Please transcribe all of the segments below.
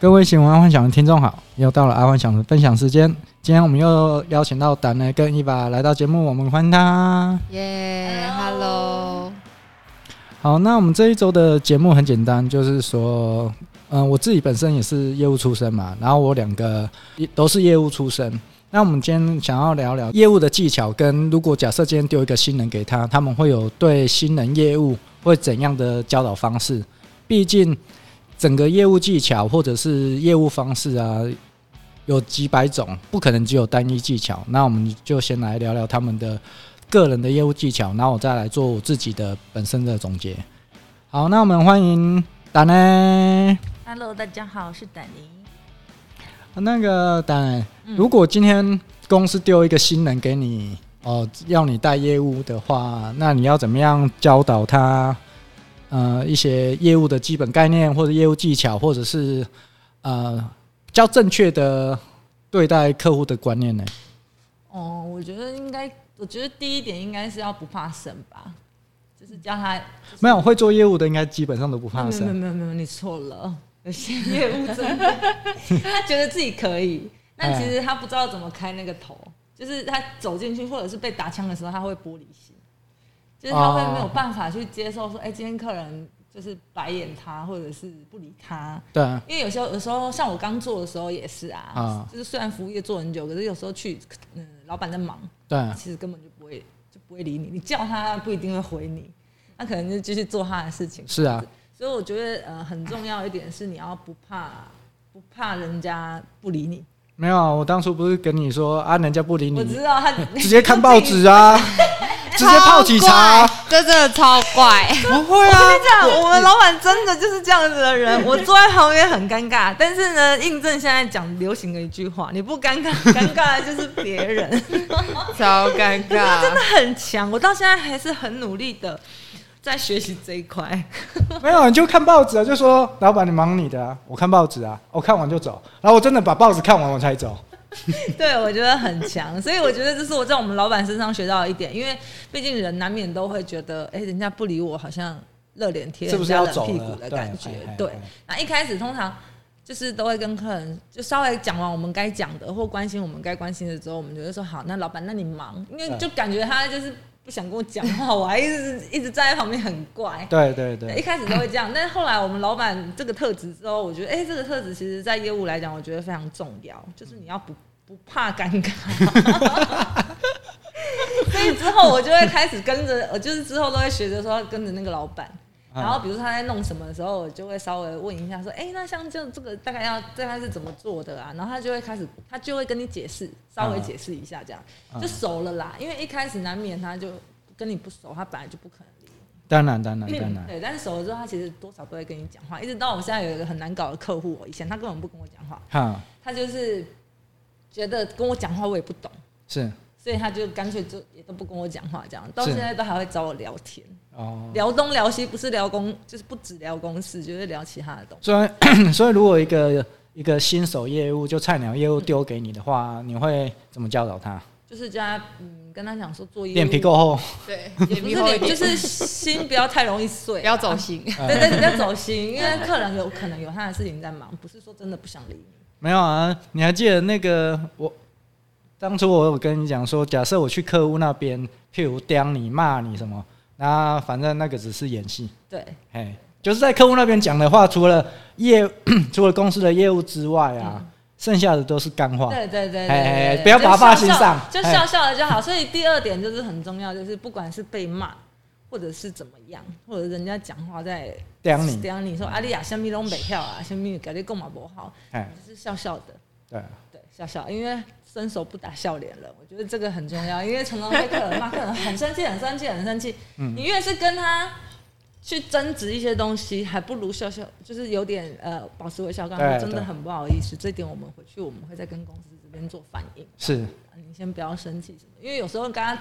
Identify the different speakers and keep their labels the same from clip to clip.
Speaker 1: 各位喜欢阿幻想的听众好，又到了阿幻想的分享时间。今天我们又邀请到胆呢跟伊娃来到节目，我们欢迎他。
Speaker 2: 耶
Speaker 3: Hello
Speaker 2: ，Hello，
Speaker 1: 好，那我们这一周的节目很简单，就是说，嗯、我自己本身也是业务出身嘛，然后我两个也都是业务出身。那我们今天想要聊聊业务的技巧，跟如果假设今天丢一个新人给他，他们会有对新人业务会怎样的教导方式？毕竟整个业务技巧或者是业务方式啊，有几百种，不可能只有单一技巧。那我们就先来聊聊他们的个人的业务技巧，然后我再来做我自己的本身的总结。好，那我们欢迎达呢，啊
Speaker 3: Hello，大家好，我是丹尼。
Speaker 1: 那个达呢，
Speaker 3: 嗯
Speaker 1: 如果今天公司丢一个新人给你，哦，要你带业务的话，那你要怎么样教导他？呃，一些业务的基本概念，或者业务技巧，或者是呃，比较正确的对待客户的观念呢？
Speaker 3: 哦，我觉得应该，我觉得第一点应该是要不怕生吧，就是叫他
Speaker 1: 没有会做业务的，应该基本上都不怕
Speaker 3: 没有
Speaker 1: 生。
Speaker 3: 没有没有没有，你 错了。有些业务真的，他觉得自己可以，但其实他不知道怎么开那个头，就是他走进去或者是被打枪的时候，他会玻璃心，就是他
Speaker 1: 哦
Speaker 3: 会没有办法去接受说，哎、今天客人就是白眼他，或者是不理他。
Speaker 1: 对啊，
Speaker 3: 因为有时候有时候像我刚做的时候也是啊，
Speaker 1: 啊
Speaker 3: 就是虽然服务业做很久，可是有时候去，嗯，老板在忙，
Speaker 1: 对啊，
Speaker 3: 其实根本就不会就不会理你，你叫他不一定会回你，那可能就继续做他的事情。
Speaker 1: 是啊，
Speaker 3: 所以我觉得呃很重要一点是你要不怕不怕人家不理你，
Speaker 1: 没有啊，我当初不是跟你说啊，人家不理
Speaker 3: 我
Speaker 1: 你
Speaker 3: 知，道他
Speaker 1: 直接看报纸啊，直接泡喜茶啊、
Speaker 2: 这真的超怪。
Speaker 1: 不会
Speaker 3: 我
Speaker 1: 啊
Speaker 3: 跟你，讲，我们老板真的就是这样子的人，我坐在旁边很尴尬。但是呢，印证现在讲流行的一句话，你不尴尬，尴尬的就是别人。
Speaker 2: 超尴
Speaker 3: 他 真的
Speaker 2: 尬。
Speaker 3: 很强，我到现在还是很努力的在学习这一块。
Speaker 1: 没有，你就看报纸啊，就说老板你忙你的啊，我看报纸啊，我看完就走，然后我真的把报纸看完我才走。
Speaker 3: 对，我觉得很强，所以我觉得这是我在我们老板身上学到的一点，因为毕竟人难免都会觉得，哎、人家不理我，好像热脸贴
Speaker 1: 是
Speaker 3: 人
Speaker 1: 不是
Speaker 3: 家
Speaker 1: 要
Speaker 3: 冷
Speaker 1: 走
Speaker 3: 屁
Speaker 1: 了
Speaker 3: 股的
Speaker 1: 对
Speaker 3: 感觉
Speaker 1: 哎哎。
Speaker 3: 对
Speaker 1: 哎，
Speaker 3: 那一开始通常就是都会跟客人就稍微讲完我们该讲的或关心我们该关心的之后，我们就会说好，那老板，那你忙，因为
Speaker 1: 对
Speaker 3: 就感觉他就是不想跟我讲话，我还一直一直站在旁边很怪。
Speaker 1: 对对
Speaker 3: 对一
Speaker 1: 对，
Speaker 3: 开始都会这样，但是后来我们老板这个特质之后，我觉得，哎、这个特质其实在业务来讲，我觉得非常重要，就是你要不不怕尴尬。所以之后我就会开始跟着，我就是之后都会学着说跟着那个老板，
Speaker 1: 啊
Speaker 3: 然后比如说他在弄什么的时候，我就会稍微问一下说，哎、那像这这个大概要大概是怎么做的啊？然后他就会开始，他就会跟你解释，稍微
Speaker 1: 啊
Speaker 3: 解释一下这样，
Speaker 1: 啊
Speaker 3: 就熟了啦。因为一开始难免他就跟你不熟，他本来就不可能理你。
Speaker 1: 当然当然当然，
Speaker 3: 对，但是熟了之后，他其实多少都会跟你讲话。一直到我现在有一个很难搞的客户哦，以前他根本不跟我讲话，
Speaker 1: 哈，
Speaker 3: 他就是觉得跟我讲话我也不懂，
Speaker 1: 是
Speaker 3: 所以他就干脆就也都不跟我讲话，这样到
Speaker 1: 是
Speaker 3: 现在都还会找我聊天，
Speaker 1: 哦。
Speaker 3: 聊东聊西，不是聊公，就是不只聊公事，就是聊其他的东西。
Speaker 1: 所以 所以如果一个一个新手业务就菜鸟业务丢给你的话，你会怎么教导他？
Speaker 3: 就是叫他嗯跟他讲说做业务
Speaker 1: 脸皮够厚，
Speaker 2: 对，
Speaker 3: 也不是脸，就是心不要太容易碎啊，
Speaker 2: 不要走心。
Speaker 1: 嗯
Speaker 3: 对对，比较走心，因为客人有可能有他的事情在忙，不是说真的不想理你。
Speaker 1: 没有啊，你还记得那个我当初我有跟你讲说，假设我去客户那边，譬如刁你、骂你什么，那反正那个只是演戏，
Speaker 3: 对，
Speaker 1: 嘿，就是在客户那边讲的话，除了业 除了公司的业务之外啊，剩下的都是干话。
Speaker 3: 对对对对
Speaker 1: 哎哎
Speaker 3: 对
Speaker 1: 不要把它
Speaker 3: 就
Speaker 1: 放在
Speaker 3: 笑
Speaker 1: 心
Speaker 3: 笑
Speaker 1: 上
Speaker 3: 就
Speaker 1: 哎
Speaker 3: 笑笑的就好。所以第二点就是很重要，就是不管是被骂，或者是怎么样，或者人家讲话在
Speaker 1: 刁你，
Speaker 3: 刁你说阿丽亚香米拢北跳啊，香米感觉购买不好，
Speaker 1: 哎，
Speaker 3: 就是笑笑的，
Speaker 1: 对，
Speaker 3: 对，笑笑，因为伸手不打笑脸了，我觉得这个很重要，因为常常被客人骂，客人很生气，很生气，很生气，你越是跟他。去争执一些东西，还不如笑笑，就是有点呃，保持微笑。刚
Speaker 1: 对
Speaker 3: 刚真的
Speaker 1: 对
Speaker 3: 很不好意思，这一点我们回去我们会再跟公司这边做反应。
Speaker 1: 是，
Speaker 3: 啊你先不要生气什么，因为有时候跟他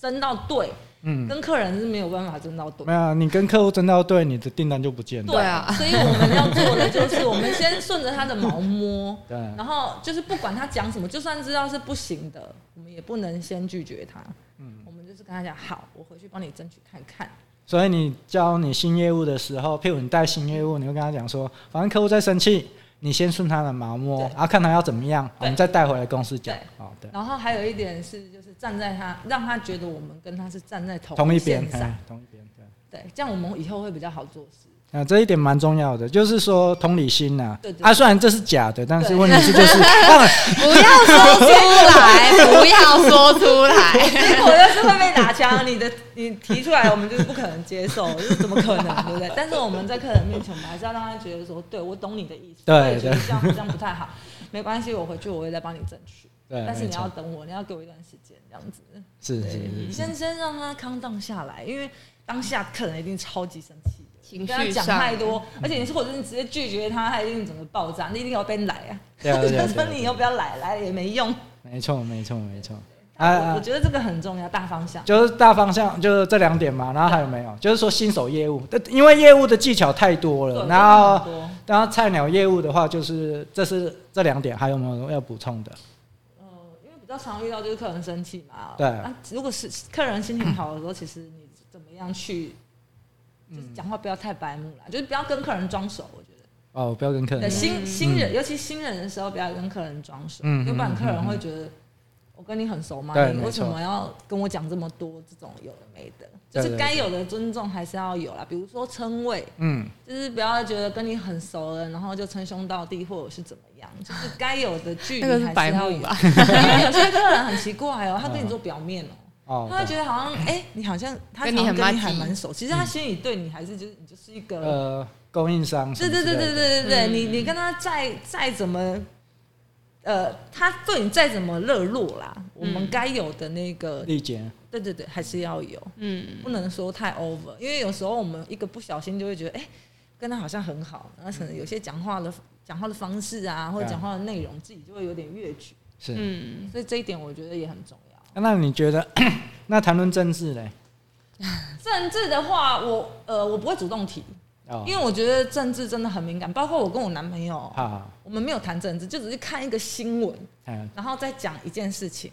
Speaker 3: 争到对，
Speaker 1: 嗯，
Speaker 3: 跟客人是没有办法争到对
Speaker 1: 没。有，啊你跟客户争到对，你的订单就不见了。
Speaker 2: 对啊
Speaker 3: 所以我们要做的就是，我们先顺着他的毛摸，
Speaker 1: 对
Speaker 3: 然后就是不管他讲什么，就算知道是不行的，我们也不能先拒绝他。嗯，我们就是跟他讲，好，我回去帮你争取看看。
Speaker 1: 所以你教你新业务的时候，譬如你带新业务，你会跟他讲说，反正客户在生气，你先顺他的毛摸，
Speaker 3: 对
Speaker 1: 然后看他要怎么样，我们再带回来公司讲
Speaker 3: 对。
Speaker 1: 哦，对，
Speaker 3: 然后还有一点是，就是站在他，让他觉得我们跟他是站在同
Speaker 1: 同一边嗯
Speaker 3: 线，上
Speaker 1: 嘿，同一边，对。
Speaker 3: 对，这样我们以后会比较好做事。
Speaker 1: 啊，这一点蛮重要的，就是说同理心呐、
Speaker 3: 对对
Speaker 1: 啊，虽然这是假的，但是问题是 就是，啊
Speaker 2: 不要说出 来，不要说出来。
Speaker 3: 结果要是会被打枪，你的你提出来，我们就是不可能接 受，就是怎么可能，对不对？但是我们在客人面前，我们还是要让他觉得说，对我懂你的意思，
Speaker 1: 对
Speaker 3: 我也觉得
Speaker 1: 对
Speaker 3: 这样这样不太好，没关系，我回去我会再帮你争取，
Speaker 1: 对，
Speaker 3: 但是
Speaker 1: 没
Speaker 3: 你
Speaker 1: 错
Speaker 3: 要等我，你要给我一段时间，这样子，
Speaker 1: 是是
Speaker 3: 对，
Speaker 1: 是是，
Speaker 3: 先先让他康荡下来，因为当下客人一定超级生气的。
Speaker 2: 情
Speaker 3: 你跟他
Speaker 2: 绪
Speaker 3: 讲
Speaker 2: 上
Speaker 3: 太多，而且你是或者是你直接拒绝他，他一定整个爆炸，你一定要被来啊！
Speaker 1: 对啊对啊
Speaker 3: 就
Speaker 1: 对
Speaker 3: 说
Speaker 1: 啊
Speaker 3: 你以后不要来，来了也没用。
Speaker 1: 没错没错没错，啊
Speaker 3: 我
Speaker 1: 啊
Speaker 3: 我，觉得这个很重要，大方向。
Speaker 1: 就是大方向就是这两点嘛，然后还有没有？就是说新手业务，但因为业务的技巧太多了，
Speaker 3: 对
Speaker 1: 然后
Speaker 3: 真的很多
Speaker 1: 然后菜鸟业务的话，就是这是这两点，还有没有要补充的？
Speaker 3: 呃，因为比较常遇到就是客人生气嘛，
Speaker 1: 对
Speaker 3: 啊，如果是客人心情好的时候，其实你怎么样去，就是
Speaker 1: 嗯
Speaker 3: 讲话不要太白目啦，就是不要跟客人装熟，我觉得。
Speaker 1: 哦，不要跟客
Speaker 3: 对嗯
Speaker 1: 人说，
Speaker 2: 嗯
Speaker 3: 新新人，尤其新人的时候，不要跟客人装熟，
Speaker 1: 嗯
Speaker 3: 要不然客人会觉得我跟你很熟吗？
Speaker 1: 对
Speaker 3: 你
Speaker 1: 没
Speaker 3: 为
Speaker 1: 错
Speaker 3: 什么要跟我讲这么多？这种有的没的，
Speaker 1: 对
Speaker 3: 就是
Speaker 1: 对
Speaker 3: 该有的尊重还是要有啦。比如说称谓，
Speaker 1: 嗯，
Speaker 3: 就是不要觉得跟你很熟了，然后就称兄道弟或者是怎么样，就是该有的距
Speaker 2: 那个
Speaker 3: 离
Speaker 2: 是
Speaker 3: 还
Speaker 2: 白
Speaker 3: 是要
Speaker 2: 目
Speaker 3: 有。
Speaker 2: 吧？
Speaker 3: 因为有些客人很奇怪哦，他跟你做表面哦。
Speaker 1: 哦，
Speaker 3: 他会
Speaker 1: 对
Speaker 3: 觉得好像，哎、你好像他
Speaker 2: 跟
Speaker 3: 好
Speaker 2: 你
Speaker 3: 像
Speaker 2: 很
Speaker 3: 跟你
Speaker 2: 麻
Speaker 3: 还
Speaker 2: 吉
Speaker 3: 蛮熟，其实他心里对你还是就是你就是一个
Speaker 1: 呃，供应商什
Speaker 3: 对
Speaker 1: 么
Speaker 3: 对
Speaker 1: 之类
Speaker 3: 对
Speaker 1: 的，
Speaker 3: 对对对对，你你跟他再再怎么，呃，他对你再怎么热络啦，我们该有的那个，
Speaker 1: 丽姐，
Speaker 3: 对对对，还是要有，
Speaker 2: 嗯，
Speaker 3: 不能说太 over，因为有时候我们一个不小心就会觉得，哎、跟他好像很好，然后可能有些讲话的讲话的方式啊，或者
Speaker 1: 对啊
Speaker 3: 讲话的内容，自己就会有点越矩，
Speaker 1: 是，啊
Speaker 2: 嗯，
Speaker 3: 所以这一点我觉得也很重要。
Speaker 1: 那你觉得 那谈论政治嘞？
Speaker 3: 政治的话，我呃我不会主动提，
Speaker 1: 哦，
Speaker 3: 因为我觉得政治真的很敏感，包括我跟我男朋友，
Speaker 1: 好好，
Speaker 3: 我们没有谈政治，就只是看一个新闻。
Speaker 1: 嗯，
Speaker 3: 然后再讲一件事情，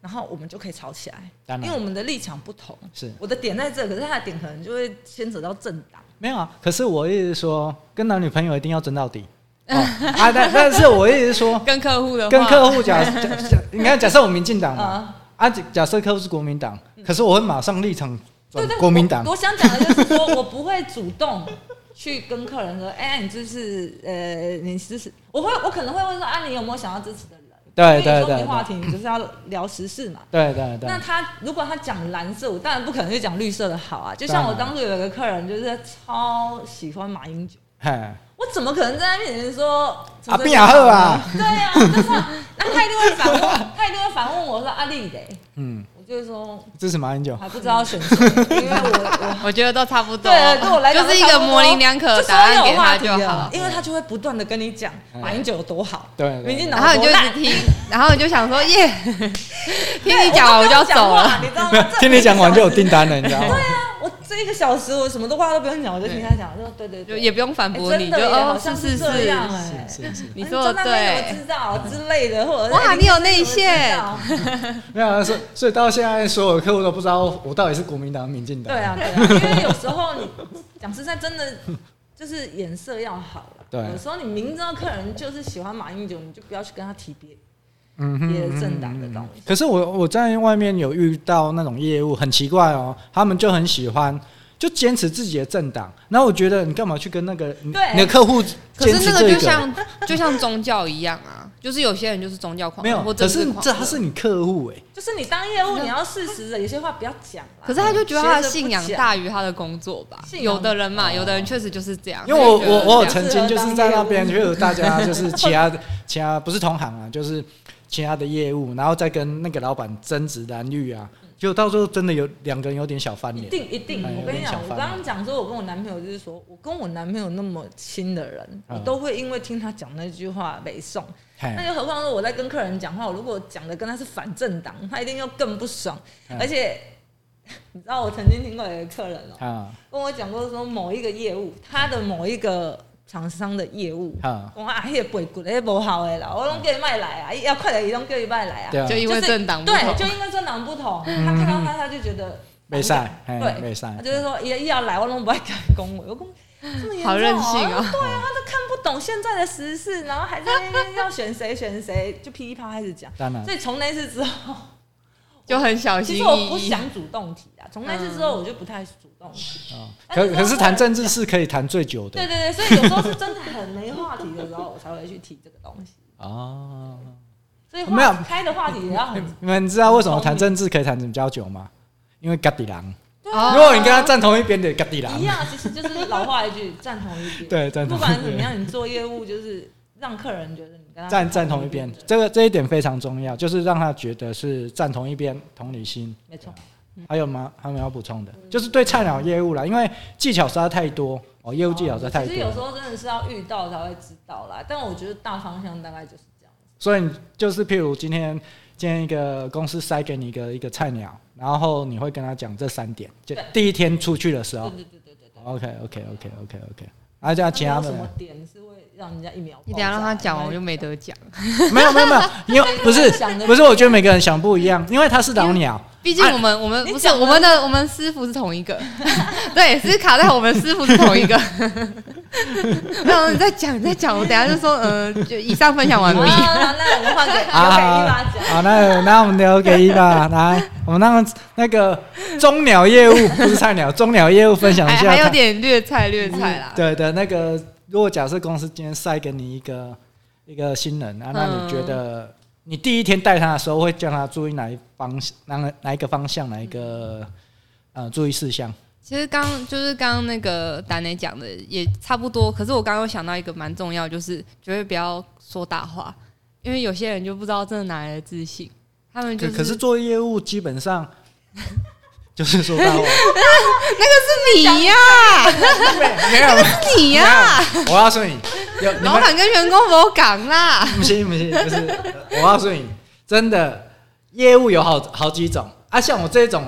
Speaker 3: 然后我们就可以吵起来，
Speaker 1: 当然
Speaker 3: 因为我们的立场不同。
Speaker 1: 是
Speaker 3: 我的点在这，可是他的点可能就会牵扯到政党。
Speaker 1: 没有啊。可是我一直说，跟男女朋友一定要争到 底、哦、啊。但但是我一直说，
Speaker 2: 跟客户的话
Speaker 1: 跟客户 假假假，你看假设我民进党嘛，
Speaker 3: 啊，
Speaker 1: 啊，假设客户是国民党，可是我会马上立场
Speaker 3: 对
Speaker 1: 转
Speaker 3: 对，
Speaker 1: 国民党
Speaker 3: 我。。我想讲的就是说，我不会主动去跟客人说， 哎、你支持呃，你支持，我会我可能会问说，啊，你有没有想要支持的人？
Speaker 1: 对
Speaker 3: 因为
Speaker 1: 对
Speaker 3: 你
Speaker 1: 对
Speaker 3: 公民话题你就是要聊时事嘛。
Speaker 1: 对对对
Speaker 3: 那，他如果他讲蓝色，我当然不可能去讲绿色的好啊。就像我
Speaker 1: 当然
Speaker 3: 当初有一个客人，就是超喜欢马英九。
Speaker 1: 嘿，
Speaker 3: 我怎么可能在他面前说
Speaker 1: 啊变好啊？
Speaker 3: 对呀、啊，就是啊那他一定会反问，他一定会反问我说阿丽的，
Speaker 1: 嗯，
Speaker 3: 我就会说
Speaker 1: 支持马英九。
Speaker 3: 还不知道选谁，因为我
Speaker 2: 我觉得都差不
Speaker 3: 我
Speaker 2: 多。
Speaker 3: 对对我来讲
Speaker 2: 啊就是一个模棱两可的答
Speaker 3: 就
Speaker 2: 案
Speaker 3: 所有
Speaker 2: 给
Speaker 3: 话
Speaker 2: 他
Speaker 3: 题
Speaker 2: 就
Speaker 3: 啊
Speaker 2: 好。
Speaker 3: 因为他就会不断的跟你讲
Speaker 1: 嗯
Speaker 3: 马英九有多好，
Speaker 1: 对对对
Speaker 3: 民进
Speaker 2: 然
Speaker 3: 党
Speaker 2: 后
Speaker 3: 有
Speaker 2: 你就
Speaker 3: 多
Speaker 2: 一直
Speaker 3: 烂。
Speaker 2: 听，然后你就想说 耶，听
Speaker 3: 对
Speaker 2: 你讲完我就
Speaker 3: 都不用
Speaker 2: 要走
Speaker 3: 话
Speaker 2: 了。
Speaker 3: 你知道
Speaker 1: 没有
Speaker 3: 吗？这
Speaker 1: 听你讲完就有订
Speaker 3: 一个小时。
Speaker 1: 单了，你知道吗？
Speaker 3: 对啊，我这一个小时我什么都话都不用讲，我就听他讲，我说对对
Speaker 2: 就
Speaker 3: 对，
Speaker 2: 也不用反
Speaker 3: 哎
Speaker 2: 驳
Speaker 3: 真
Speaker 2: 你，
Speaker 3: 的
Speaker 2: 就
Speaker 3: 耶
Speaker 2: 哦
Speaker 3: 好，像
Speaker 2: 是是
Speaker 3: 这
Speaker 2: 是，
Speaker 3: 样哎，
Speaker 1: 是是是，
Speaker 2: 你说的
Speaker 3: 啊你
Speaker 2: 对
Speaker 3: 怎么知道之类的，或者是
Speaker 2: 哇
Speaker 3: 哎
Speaker 2: 你有内
Speaker 3: 怎么知
Speaker 2: 线
Speaker 3: 道
Speaker 1: 没有啊，所以所以到现在所有客户都不知道我到底是国民党、民进党。
Speaker 3: 对啊，对啊，因为有时候你讲实在，真的就是眼色要好了。
Speaker 1: 对
Speaker 3: 有时候你明知道客人就是喜欢马英九，你就不要去跟他提别
Speaker 1: 嗯哼，嗯
Speaker 3: 别的政党的东西。
Speaker 1: 可是我我在外面有遇到那种业务，很奇怪哦，他们就很喜欢，就坚持自己的政党。那我觉得你干嘛去跟那个你
Speaker 3: 对
Speaker 1: 你的客户
Speaker 2: 可
Speaker 1: 坚
Speaker 2: 是
Speaker 1: 持
Speaker 2: 那
Speaker 1: 这
Speaker 2: 个就像就像宗教一样啊，就是有些人就是宗教狂
Speaker 1: 没
Speaker 2: 热
Speaker 1: 有
Speaker 2: 或，
Speaker 1: 可
Speaker 2: 政治
Speaker 1: 是
Speaker 2: 狂热
Speaker 1: 这他是你客户哎、
Speaker 3: 就是你当业务，你要适时的，有些话不要讲啦。
Speaker 2: 可是他就觉得他
Speaker 3: 学着
Speaker 2: 的
Speaker 3: 不
Speaker 2: 信仰
Speaker 3: 讲，
Speaker 2: 大于他的工作吧
Speaker 3: 信。仰
Speaker 2: 有的人嘛，有的人确实就是这
Speaker 3: 啊
Speaker 2: 样。
Speaker 1: 因为我
Speaker 2: 他就觉得
Speaker 1: 我我有
Speaker 2: 这样
Speaker 1: 曾经就是在那 边，就有大家就是其他其他不是同行啊，就是其他的业务，然后再跟那个老板争执蓝绿啊，结果到最后真的有两个人有点小翻
Speaker 3: 一
Speaker 1: 脸。
Speaker 3: 定一定
Speaker 1: 哎。
Speaker 3: 我跟你
Speaker 1: 有点想
Speaker 3: 讲，
Speaker 1: 翻
Speaker 3: 我
Speaker 1: 了
Speaker 3: 刚刚讲说，我跟我男朋友就是说，我跟我男朋友那么亲的人，
Speaker 1: 嗯
Speaker 3: 我都会因为听他讲那句话北宋。那
Speaker 1: 嘿，
Speaker 3: 就何况说我在跟客人讲话，我如果讲的跟他是反政党，他一定又更不爽。
Speaker 1: 嗯
Speaker 3: 而且你知道，我曾经听过有一个客人哦、
Speaker 1: 啊
Speaker 3: 跟我讲过说某一个业务，他的某一个厂商的业务，
Speaker 1: 啊，
Speaker 3: 讲啊，迄、那个背骨迄无效的啦，我拢叫伊卖来啊，伊要快点，伊拢叫伊卖来啊。
Speaker 1: 对啊
Speaker 2: 就，因为政党不
Speaker 3: 对，
Speaker 2: 同
Speaker 3: 就，因为政党不同，他看到他他就觉得啊
Speaker 1: 没赛，嘿啊哎
Speaker 3: 对，
Speaker 1: 没赛
Speaker 3: 哎他，就是说伊伊要来，我拢不爱甲伊讲话，我讲这么严重啊
Speaker 2: 好任性哦
Speaker 3: 对啊，他都看不懂现在的时事，然后还在那边要选谁选谁，就噼里啪啦开始讲。
Speaker 1: 当然
Speaker 3: 所以从那次之后，
Speaker 2: 就很小心翼翼。
Speaker 3: 其实我不想主动提啦。从那次之后，我就不太主动提。
Speaker 1: 啊，
Speaker 3: 但
Speaker 1: 可
Speaker 3: 是
Speaker 1: 可是谈政治是可以谈最久的
Speaker 3: 对对对，所以有时候是真的很没话题的时候，我才会去提这个东 西。
Speaker 1: 啊。
Speaker 3: 所以
Speaker 1: 没有
Speaker 3: 话题开的话题也 要很
Speaker 1: 你们知道为什么谈政治可以谈比较久吗？因为嘎底狼，
Speaker 2: 哦
Speaker 3: 啊
Speaker 1: 如果你跟他站同一边的嘎底狼，
Speaker 3: 一样，其实就是老话一句，站同一 边。
Speaker 1: 对站同
Speaker 3: 哎
Speaker 1: 一边
Speaker 3: 不管怎么样，你做业务就是让客人觉得你跟他
Speaker 1: 站站同一边，这个这一点非常重要，就是让他觉得是站同一边，同理心。
Speaker 3: 没错。
Speaker 1: 还有吗？还有没有要补充的？就是对菜鸟业务啦，因为技巧实在太多哦，业务技巧实在太
Speaker 3: 其实有时
Speaker 1: 多，
Speaker 3: 候真的是要遇到才会知道啦，但我觉得大方向大概就是这样子。
Speaker 1: 所以你就是譬如今天今天一个公司塞给你一个一个菜鸟，然后你会跟他讲这三点，就
Speaker 3: 对
Speaker 1: 第一天出去的时候
Speaker 3: 对对对对对对。
Speaker 1: ，OK OK OK OK OK，啊，这样其他
Speaker 3: 那
Speaker 1: 的
Speaker 3: 没有
Speaker 1: 呢
Speaker 3: 什么点是会让人家一秒爆炸？
Speaker 2: 你等一下让他讲完，我
Speaker 3: 因
Speaker 2: 就
Speaker 3: 为
Speaker 2: 没得讲。
Speaker 1: 没有没有没有，因 为不是
Speaker 3: 想得
Speaker 1: 不是，我觉得每个人想不一样，因为他是老鸟，
Speaker 2: 毕竟我们、我们
Speaker 3: 哎你
Speaker 2: 不是
Speaker 3: 讲了
Speaker 2: 我们的我们师傅是同一个， 对，只是卡在我们师傅是同一个。 然后你在讲你在讲，我等一下就说，嗯、就以上分享 完毕。
Speaker 3: 啊，那我们换给留给一
Speaker 1: 啊
Speaker 3: 巴，讲。
Speaker 1: 好，那那我们留给一吧。来，我们让那个中鸟业务不是菜鸟，中鸟业务分享一
Speaker 2: 还
Speaker 1: 下
Speaker 2: 还有
Speaker 1: 他。
Speaker 2: 点略菜略菜
Speaker 3: 嗯
Speaker 2: 啦。
Speaker 1: 对的，那个如果假设公司今天塞给你一个一个新人啊，那
Speaker 2: 嗯
Speaker 1: 你觉得你第一天带他的时候会叫他注意哪一方哪哪一个方向，哪一个呃注意事项？
Speaker 2: 其实刚就是刚刚那个丹内讲的也差不多，可是我刚刚有想到一个蛮重要，就是绝对不要说大话，因为有些人就不知道真的哪来的自信，他们就
Speaker 1: 可
Speaker 2: 是
Speaker 1: 可是做业务基本上 就是说 到我
Speaker 2: 你呀、
Speaker 1: 没有，
Speaker 2: 你呀、
Speaker 1: 我告诉你，有你
Speaker 2: 老
Speaker 1: 们
Speaker 2: 板跟员工我讲啦，
Speaker 1: 不行不行，就是呃我告诉你，真的业务有好好几种啊，像我这种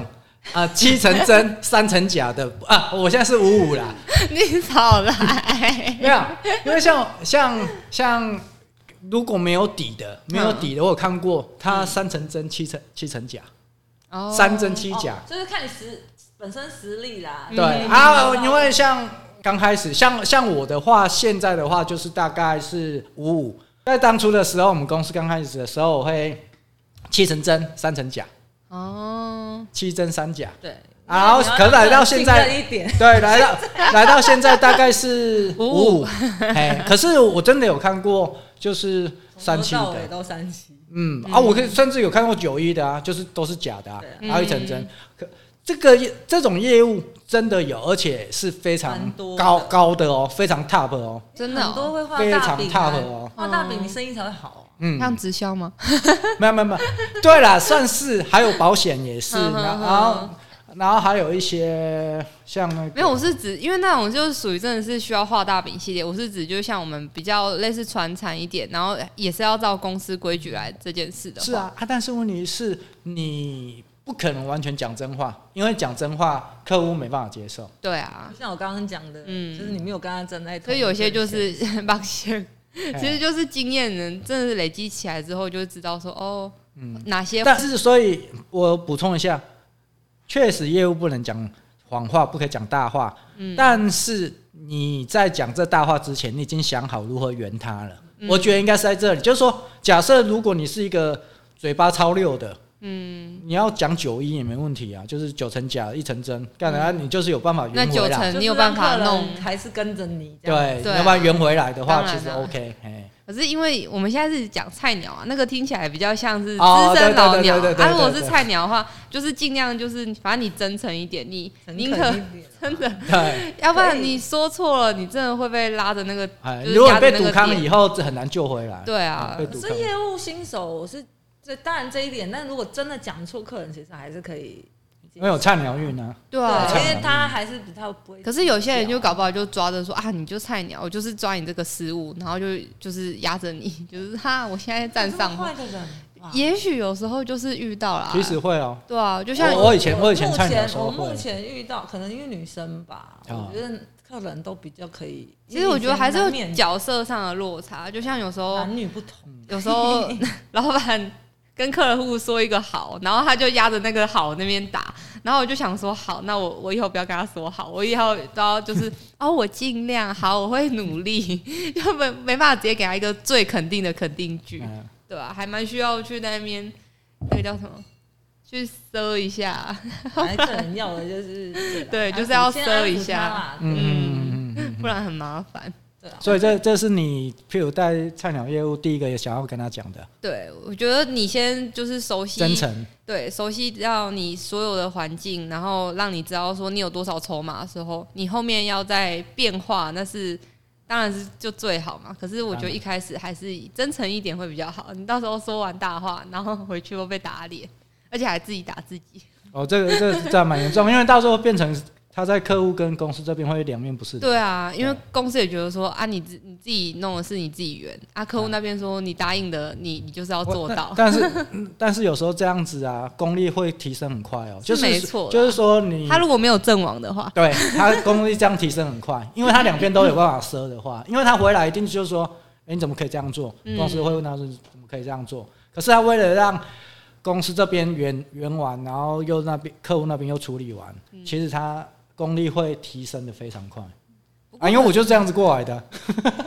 Speaker 1: 啊、呃七成真三成假的啊，我现在是五五啦，
Speaker 2: 你少来。
Speaker 1: 没有，因为像像像如果没有底的，没有底的，我有看过他三成真七成七成假，
Speaker 2: 哦
Speaker 1: 三真七假，
Speaker 3: 哦嗯就是看你实本身实力啦。
Speaker 1: 对
Speaker 3: 你
Speaker 1: 啊，因为像刚开始，像像我的话，现在的话就是大概是五五。在当初的时候，我们公司刚开始的时候，我会七成真，三成假，
Speaker 2: 哦，
Speaker 1: 七真三假。
Speaker 3: 对，
Speaker 1: 然后
Speaker 3: 你要
Speaker 1: 可能来到现在
Speaker 3: 信任一点，
Speaker 1: 对，来 到来到现在大概是五
Speaker 2: 五
Speaker 1: 五。哎，可是我真的有看过，就是三七
Speaker 3: 从头到尾
Speaker 1: 的。
Speaker 3: 都三七，
Speaker 1: 嗯啊，我可以甚至有看过九一的啊，就是都是假的啊
Speaker 3: 对啊，
Speaker 1: 然后一成真。可这个业这种业务真的有，而且是非常
Speaker 3: 蛮多的
Speaker 1: 高高的哦，非常 top 哦。
Speaker 2: 真的、
Speaker 3: 很多
Speaker 2: 哦，
Speaker 3: 会画
Speaker 1: 非
Speaker 3: 大
Speaker 1: 常
Speaker 3: 饼
Speaker 1: 踏
Speaker 3: 啊
Speaker 1: 合哦，
Speaker 3: 画大饼你生意才会好啊。
Speaker 1: 嗯，
Speaker 2: 像直销吗？
Speaker 1: 没有没有没有，对啦，算是还有保险也 是，
Speaker 2: 嗯嗯
Speaker 1: 然
Speaker 2: 嗯
Speaker 1: 后然后还有一些像那个
Speaker 2: 没有，我是指因为那种就是属于真的是需要画大饼系列，我是指就是像我们比较类似传产一点，然后也是要照公司规矩来这件事的。
Speaker 1: 是，啊啊，但是问题是你不可能完全讲真话，因为讲真话客户没办法接受。
Speaker 2: 对啊
Speaker 3: 就，像我刚刚讲的，
Speaker 2: 嗯
Speaker 3: 就是你没有跟他站在
Speaker 2: 所
Speaker 3: 同一阵线，
Speaker 2: 以有些就是 抱歉， 其
Speaker 1: 哎
Speaker 2: 实就是经验人真的是累积起来之后，就会知道说哦，哪些
Speaker 1: 嗯但是所以，我补充一下，确实业务不能讲谎话，不可以讲大话。
Speaker 2: 嗯
Speaker 1: 但是你在讲这大话之前，你已经想好如何圆它了。
Speaker 2: 嗯
Speaker 1: 我觉得应该是在这里，就是说，假设如果你是一个嘴巴超溜的，嗯，你要讲九一也没问题啊，就是九成假一成真，干然你就是有办法圆
Speaker 2: 嗯那
Speaker 1: 回
Speaker 2: 九
Speaker 1: 来。啊
Speaker 2: 成
Speaker 3: 就是
Speaker 2: 你有办法
Speaker 3: 让客
Speaker 2: 弄
Speaker 3: 人还是跟着你这样。
Speaker 1: 对，
Speaker 2: 对啊
Speaker 1: 要不然圆回来的话，
Speaker 2: 当然
Speaker 1: 其
Speaker 2: 啊
Speaker 1: 实 OK，哎，
Speaker 2: 可是因为我们现在是讲菜鸟啊，那个听起来比较像是
Speaker 1: 哦
Speaker 2: 资深老鸟
Speaker 1: 对对对对对对对
Speaker 2: 啊。啊，如果是菜鸟的话，就是尽量就是，反正你真诚一点，你
Speaker 3: 诚
Speaker 2: 宁
Speaker 3: 恳
Speaker 2: 可
Speaker 3: 一点
Speaker 2: 真的，
Speaker 1: 对，
Speaker 2: 要不然你说错了，你真的会被拉着那个，
Speaker 1: 哎，
Speaker 2: 就是
Speaker 1: 如果
Speaker 2: 压
Speaker 1: 你
Speaker 2: 着
Speaker 1: 被
Speaker 2: 那个
Speaker 1: 堵康
Speaker 2: 点
Speaker 1: 以后，这很难救回来。嗯
Speaker 2: 对啊
Speaker 1: 被
Speaker 3: 可
Speaker 1: 堵
Speaker 3: 是
Speaker 1: 康。
Speaker 3: 业务新手，我是这当然这一点，但如果真的讲错客人，其实还是可以接
Speaker 1: 因为
Speaker 3: 受。
Speaker 1: 有菜鸟运啊，
Speaker 2: 对啊。
Speaker 3: 对，
Speaker 1: 菜
Speaker 3: 因
Speaker 1: 鸟
Speaker 3: 为他还是比较不会。
Speaker 2: 可是有些人就搞不好就抓着说啊，你就菜鸟，我就是抓你这个失误，然后就就是压着你，就是哈，我现在
Speaker 3: 这
Speaker 2: 站
Speaker 3: 么
Speaker 2: 上
Speaker 3: 坏
Speaker 2: 风。
Speaker 3: 的人，哇
Speaker 2: 也许有时候就是遇到啦，
Speaker 1: 其实会哦、
Speaker 2: 啊对啊，就像
Speaker 1: 我我以前我以前
Speaker 3: 目
Speaker 1: 菜鸟的时
Speaker 3: 我
Speaker 1: 候
Speaker 3: 目
Speaker 1: 会，
Speaker 3: 前遇到，可能因为女生吧，
Speaker 1: 啊
Speaker 3: 我觉得客人都比较可以。
Speaker 2: 其实我觉得还是有
Speaker 3: 因为以前难免
Speaker 2: 角色上的落差，就像有时候
Speaker 3: 男女不同，
Speaker 2: 有时候老板跟客户说一个好，然后他就压着那个好那边打，然后我就想说好，那我我以后不要跟他说好，我以后都要就是 哦，我尽量好，我会努力，就没没办法直接给他一个最肯定的肯定句，
Speaker 1: 嗯
Speaker 2: 对吧、还蛮需要去那边那个叫什么，去搜一下，
Speaker 3: 反正客人要的就是这个
Speaker 2: 对
Speaker 3: 安抚
Speaker 2: 就是要
Speaker 3: 先
Speaker 2: 搜一
Speaker 3: 安抚他
Speaker 2: 下
Speaker 3: 啦
Speaker 1: 嗯嗯嗯嗯
Speaker 2: 不
Speaker 1: 嗯。
Speaker 2: 然很麻烦。
Speaker 3: 对啊，
Speaker 1: 所以这这是你，譬如带菜鸟业务第一个想要跟他讲的，
Speaker 2: 对，我觉得你先就是熟悉
Speaker 1: 真诚。
Speaker 2: 对，熟悉到你所有的环境，然后让你知道说你有多少筹码的时候，你后面要再变化，那是当然是就最好嘛。可是我觉得一开始还是以真诚一点会比较好。你到时候说完大话，然后回去会被打脸，而且还自己打自己。
Speaker 1: 哦，这个这个这样蛮严重，因为到时候变成他在客户跟公司这边会两面不是的。
Speaker 2: 对啊，因为
Speaker 1: 对
Speaker 2: 公司也觉得说啊，你自你自己弄的是你自己圆啊，客户那边说你答应的，你你就是要
Speaker 1: 我
Speaker 2: 做到。
Speaker 1: 但是嗯但是有时候这样子啊，功力会提升很快哦。
Speaker 2: 是
Speaker 1: 就是
Speaker 2: 没错啦
Speaker 1: 就是说你
Speaker 2: 他如果没有阵亡的话，
Speaker 1: 对他功力这样提升很快，因为他两边都有办法赊的话，因为他回来一定就是说，哎、你怎么可以这样做？
Speaker 2: 嗯
Speaker 1: 公司会问他说你怎么可以这样做？可是他为了让公司这边圆圆完，然后又那边客户那边又处理完，
Speaker 2: 嗯
Speaker 1: 其实他功力会提升的非常快
Speaker 2: 不过
Speaker 1: 啊，因为我就这样子过来的。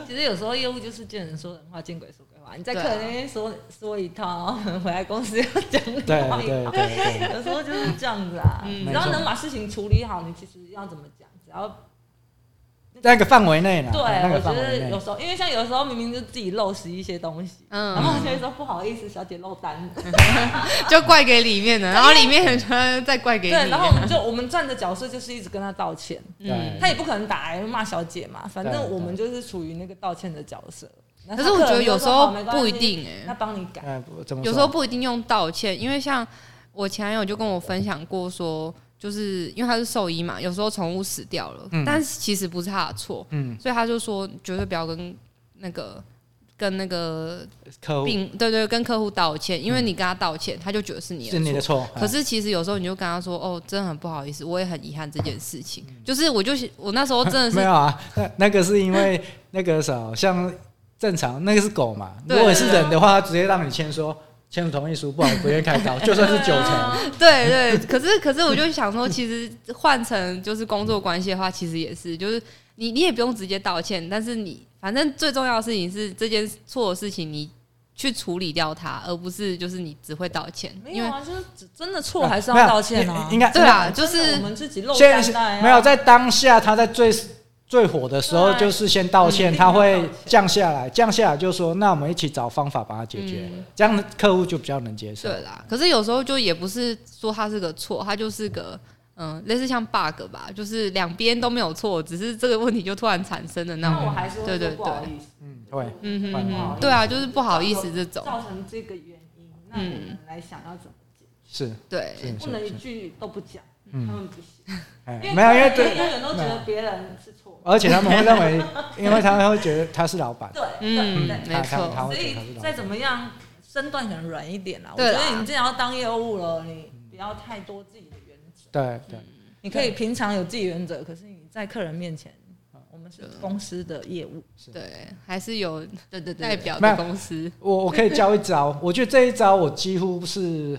Speaker 3: 其实有时候业务就是见人说人话，见鬼说鬼话。你在
Speaker 2: 对
Speaker 3: 客
Speaker 2: 啊
Speaker 3: 人那边说说一套， 然后回来公司又讲另
Speaker 1: 对
Speaker 3: 外
Speaker 1: 对
Speaker 3: 一
Speaker 1: 对
Speaker 3: 套。
Speaker 1: 对。
Speaker 3: 有时候就是这样子啊，
Speaker 2: 嗯
Speaker 3: 你只要能把事情处理好，你其实要怎么讲，只要
Speaker 1: 那个范围内呢？
Speaker 3: 对，
Speaker 1: 嗯那个
Speaker 3: 我觉
Speaker 1: 范围
Speaker 3: 得有
Speaker 1: 内。
Speaker 3: 时候，因为像有时候明明就自己漏失一些东西，然
Speaker 2: 嗯，
Speaker 3: 后就会说不好意思，小姐漏单。
Speaker 2: 就怪给里 面的，然后里面人 突然再怪给
Speaker 3: 对
Speaker 2: 你，
Speaker 3: 然后我们就我们站的角色就是一直跟他道歉，
Speaker 2: 嗯
Speaker 1: 对
Speaker 3: 他也不可能打来骂小姐嘛，反
Speaker 1: 嗯对
Speaker 3: 正
Speaker 1: 对
Speaker 3: 我们就是处于那个道歉的角色。
Speaker 2: 可是我觉得有时候
Speaker 3: 那他客
Speaker 2: 不
Speaker 3: 人就说好
Speaker 2: 一，
Speaker 3: 没关系
Speaker 2: 定哎、
Speaker 3: 那帮你改。
Speaker 1: 哎，不怎么说
Speaker 2: 有时候不一定用道歉，因为像我前男友就跟我分享过说，就是因为他是兽医嘛，有时候宠物死掉了，
Speaker 1: 嗯
Speaker 2: 但是其实不是他的错，
Speaker 1: 嗯，
Speaker 2: 所以他就说绝对不要跟那个跟那个
Speaker 1: 客户嗯
Speaker 2: 病对对跟客户道歉，因为你跟他道歉，他就觉得是你的
Speaker 1: 是你的错，
Speaker 2: 可是其实有时候你就跟他说：“哦，真的很不好意思，我也很遗憾这件事情。”就是我就是我那时候真的
Speaker 1: 哎
Speaker 2: 是
Speaker 1: 嗯 没有啊？那那个是因为那个啥，像正常那个是狗嘛，如
Speaker 2: 对
Speaker 1: 果是人的话，他直接让你签说签同意书，不然我不愿意开刀，就算是九成，
Speaker 2: 对对，可是可是我就想说，其实换成就是工作关系的话，其实也是，就是你你也不用直接道歉，但是你反正最重要的事情是这件错的事情你去处理掉它，而不是就是你只会道歉，
Speaker 3: 没
Speaker 2: 因
Speaker 3: 有
Speaker 2: 为
Speaker 3: 啊，就是真的错还是
Speaker 1: 没
Speaker 3: 要
Speaker 1: 有
Speaker 3: 道歉啊
Speaker 1: 应。应该
Speaker 2: 对啊，
Speaker 3: 真
Speaker 2: 就
Speaker 3: 的我
Speaker 2: 是
Speaker 3: 们自己漏
Speaker 1: 现
Speaker 3: 单啊
Speaker 1: 在没有在当下他在最。最火的时候
Speaker 3: 对
Speaker 1: 就是先道歉，
Speaker 3: 嗯
Speaker 1: 他会降下来，降下来就说那我们一起找方法把它解决，
Speaker 2: 嗯
Speaker 1: 这样客户就比较能接受。
Speaker 2: 对啦。可是啊有时候就也不是说它是个错，它就是个。嗯，类似像 bug 吧，就是两边都没有错，只是这个问题就突然产生的那
Speaker 3: 那
Speaker 2: 种
Speaker 3: 我。还是
Speaker 2: 对
Speaker 3: 会
Speaker 2: 对对
Speaker 3: 说不好意思，
Speaker 1: 嗯，对，
Speaker 2: 嗯哼
Speaker 1: 不
Speaker 2: 嗯
Speaker 1: 好
Speaker 2: 哼，
Speaker 1: 意
Speaker 2: 对啊，就是不好意思这种。
Speaker 3: 造成这个原因，
Speaker 2: 嗯
Speaker 3: 那我们来想要怎么解决，
Speaker 1: 是，
Speaker 2: 对，
Speaker 1: 是
Speaker 3: 哎不能
Speaker 1: 是
Speaker 3: 一
Speaker 1: 是，
Speaker 3: 句都不讲，他
Speaker 1: 嗯，
Speaker 3: 们不行，
Speaker 1: 哎，
Speaker 3: 因为
Speaker 1: 没有，因为
Speaker 3: 他
Speaker 1: 对
Speaker 3: 们永远都觉得别人是错，
Speaker 1: 而且他们会认为，因为他们会觉得他是老板，
Speaker 3: 对，
Speaker 2: 嗯
Speaker 3: 对对，
Speaker 2: 没
Speaker 1: 他他
Speaker 2: 错，
Speaker 1: 会
Speaker 3: 所
Speaker 1: 觉得他是
Speaker 3: 以
Speaker 1: 老
Speaker 3: 再
Speaker 1: 板。
Speaker 3: 怎么样，身段可能软一点啦。我
Speaker 2: 对
Speaker 3: 觉
Speaker 2: 啦
Speaker 3: 得你既然要当业务了，你不要太多自己的原则，
Speaker 1: 对对，
Speaker 3: 你可以平常有自己原则，可是你在客人面前，我们是公司的业务，
Speaker 2: 对，还是有
Speaker 3: 对对
Speaker 2: 代表
Speaker 1: 没
Speaker 2: 的
Speaker 1: 有
Speaker 2: 公司，
Speaker 1: 我我可以教一招，我觉得这一招我几乎是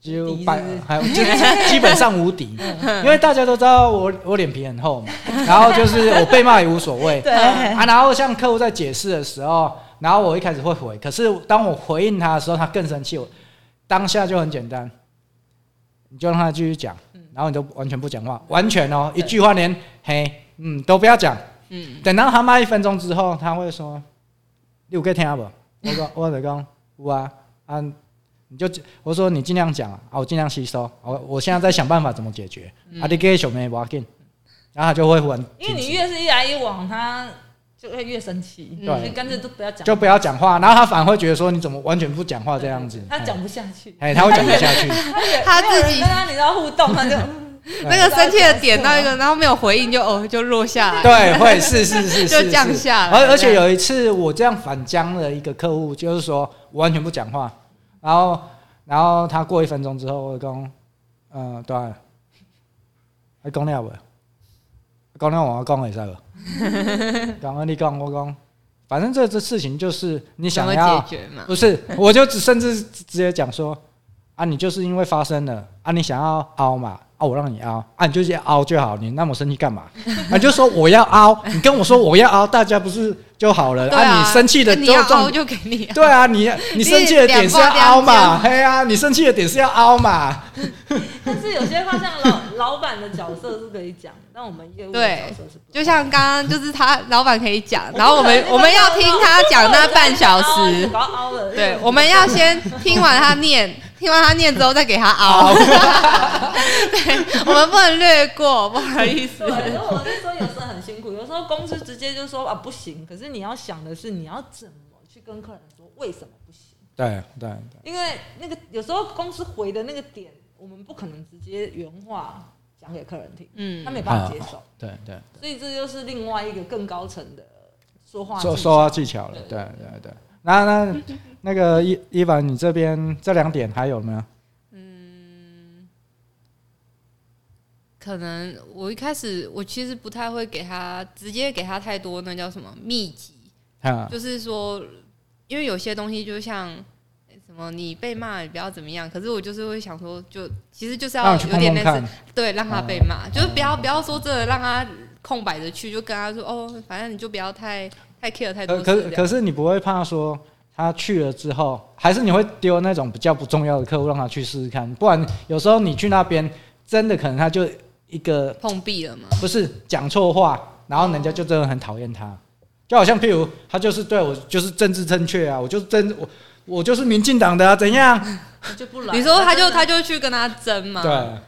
Speaker 1: 几乎百，
Speaker 3: 无敌是嗯不
Speaker 1: 还有基基本上无敌，因为大家都知道我我脸皮很厚嘛，然后就是我被骂也无所谓，
Speaker 3: 对
Speaker 1: 啊，然后像客户在解释的时候，然后我一开始会回，可是当我回应他的时候，他更生气，我当下就很简单，你就让他继续讲，
Speaker 3: 嗯
Speaker 1: 然后你就完全不讲话，完全哦，一句话连嘿嗯都不要讲，
Speaker 2: 嗯，
Speaker 1: 等到他骂一分钟之后，他会说：“你有在听不？”我说：“我就讲有啊，啊，你就我说你尽量讲啊，啊我尽量吸收。我我现在在想办法怎么解决。啊，你给小妹不要紧，然后他就会很
Speaker 3: 嗯因为你越是一来一往，他就会越生气，
Speaker 1: 对
Speaker 3: 所以干脆都不要讲，
Speaker 1: 就不要讲话，然后他反而会觉得说你怎么完全不讲话这样子。
Speaker 3: 他讲不下去，
Speaker 1: 哎，哎，他会讲不下 去。
Speaker 2: 他
Speaker 3: 没有人
Speaker 2: 自己
Speaker 3: 跟他你知道互动，他就
Speaker 2: 那个生气的点到一个，然后没有回应就哦就落下来，
Speaker 1: 对，会是是是
Speaker 2: 就是降
Speaker 1: 是
Speaker 2: 下来
Speaker 1: 而而且
Speaker 2: 这样
Speaker 1: 有一次我这样反将了一个客户，就是说我完全不讲话，然后然后他过一分钟之后，我讲，嗯、对啊，还讲了未？讲了我讲会使无？讲啊，你讲我讲，反正这这事情就是你
Speaker 2: 怎
Speaker 1: 想
Speaker 2: 么
Speaker 1: 要
Speaker 2: 解决嘛？
Speaker 1: 不是，我就只甚至直接讲说啊，你就是因为发生了啊，你想要凹嘛啊，我让你凹啊，你就直接凹就好，你那么生气干嘛？啊，你就说我要凹，你跟我说我要凹，大家不是就好了
Speaker 2: 对啊，
Speaker 1: 呃你生气的
Speaker 2: 那你
Speaker 1: 就
Speaker 2: 要
Speaker 1: 重
Speaker 2: 凹就给你 啊，
Speaker 1: 对啊，你你生气的点是要凹嘛？
Speaker 2: 两
Speaker 1: 嘿啊，你生气的点是要凹嘛？
Speaker 3: 但是有些话像老老板的角色是可以讲，但我们业务的角色是不
Speaker 2: 就像刚刚就是他老板可以讲，
Speaker 3: 能。
Speaker 2: 然后我们我们要听他讲那半小时
Speaker 3: 不，要凹了，
Speaker 2: 对，我们要先听完他 念，听完他念之后再给他凹。 对，我们不能略过，不好意思
Speaker 3: 对，。然后我是说有时候很辛苦，有时候公司直接就说啊不行，可是你要想的是你要怎么去跟客人说为什么不行，
Speaker 1: 对对对，
Speaker 3: 因为那个有时候公司回的那个点，我们不可能直接原话讲给客人听，
Speaker 2: 嗯
Speaker 3: 他没办法接受，
Speaker 1: 对对，
Speaker 3: 所以这就是另外一个更高层的说话
Speaker 1: 说
Speaker 3: 技巧
Speaker 1: 说到技巧了，对对对。那那那个伊伊凡，你这边这两点还有没有？
Speaker 2: 可能我一开始我其实不太会给他直接给他太多那叫什么秘籍，
Speaker 1: 啊，
Speaker 2: 就是说，因为有些东西就像诶什么你被骂你不要怎么样，可是我就是会想说，就其实就是
Speaker 1: 让
Speaker 2: 要
Speaker 1: 我去
Speaker 2: 有
Speaker 1: 碰
Speaker 2: 点
Speaker 1: 碰
Speaker 2: 类
Speaker 1: 看嗯
Speaker 2: 似，对，让他被骂，就是不要不要说真的让他空白的去，就跟他说哦，反正你就不要太太 care 太多
Speaker 1: 可可
Speaker 2: 事
Speaker 1: 是
Speaker 2: 这样。
Speaker 1: 可是你不会怕说他去了之后，还是你会丢那种比较不重要的客户让他去试试看？不然有时候你去那边，真的可能他就一个
Speaker 2: 碰壁了嘛？
Speaker 1: 不是讲错话，然后人家就真的很讨厌他。就好像譬如他就是对我就是政治正确啊，我就是政我我就是民进党的啊，怎样？
Speaker 3: 他就不来，
Speaker 2: 你说他就
Speaker 3: 真的
Speaker 2: 他就去跟他争嘛？
Speaker 1: 对啊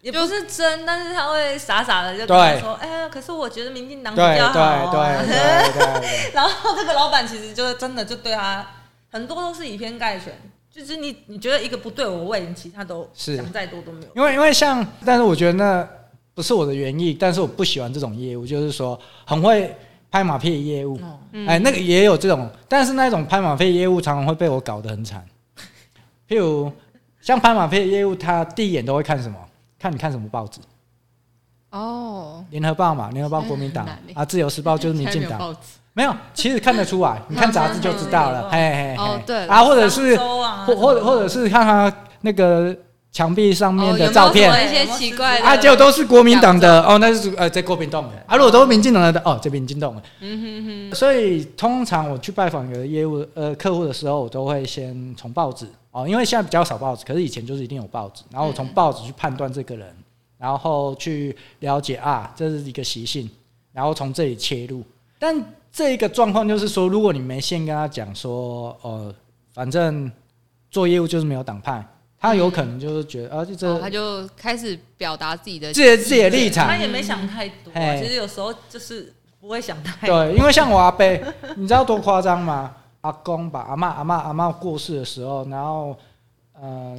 Speaker 3: 也不是真，但是他会傻傻的就跟
Speaker 1: 对
Speaker 3: 他说，哎、呀，可是我觉得民进党
Speaker 1: 对
Speaker 3: 比
Speaker 1: 对
Speaker 3: 较好、啊，
Speaker 1: 对对对对，
Speaker 3: 然后这个老板其实就是真的就对他很多都是以偏概全，就是你你觉得一个不对我位，你其他都
Speaker 1: 是
Speaker 3: 想再多都没有。
Speaker 1: 因为因为像，但是我觉得那不是我的原意，但是我不喜欢这种业务，就是说很会拍马屁的业务。
Speaker 3: 哦，
Speaker 2: 嗯
Speaker 1: 哎、那个也有这种，但是那种拍马屁的业务常常会被我搞得很惨。譬如像拍马屁的业务，他第一眼都会看什么？看你看什么报纸？
Speaker 2: 哦，
Speaker 1: 联合报嘛，联合报国民党
Speaker 2: 很难欸
Speaker 1: 啊，自由时报就是民
Speaker 2: 现在没
Speaker 1: 进
Speaker 2: 有
Speaker 1: 党。
Speaker 2: 报纸
Speaker 1: 没有，其实看得出来，你看杂志就知道 了。嘿嘿嘿，
Speaker 2: 哦对
Speaker 1: 啊，或者是
Speaker 3: 商周啊，
Speaker 1: 或或者或者是看他那个墙壁上面
Speaker 2: 哦有没
Speaker 1: 的
Speaker 2: 有
Speaker 1: 照片
Speaker 2: 什么，一些奇怪的
Speaker 1: 啊，结果都是国民党的哦，那就是呃，这国民党的啊，如果都是民进党的哦，这民进党的。嗯哼哼。所以通常我去拜访有的业务呃客户的时候，我都会先从报纸哦，因为现在比较少报纸，可是以前就是一定有报纸，然后我从报纸去判断这个人，然后去了解啊，这是一个习性，然后从这里切入。但这一个状况就是说，如果你没先跟他讲说，呃，反正做业务就是没有党派，他有可能就是觉得啊，就这
Speaker 2: 哦，他就开始表达自己的
Speaker 1: 自己的自己的立场
Speaker 3: 他。也没想太多、啊，
Speaker 1: 嘿
Speaker 3: 其实有时候就是不会想太多。
Speaker 1: 对，因为像我阿伯， 你知道多夸张吗？阿公吧，阿嬷阿嬷阿嬷过世的时候，然后，呃，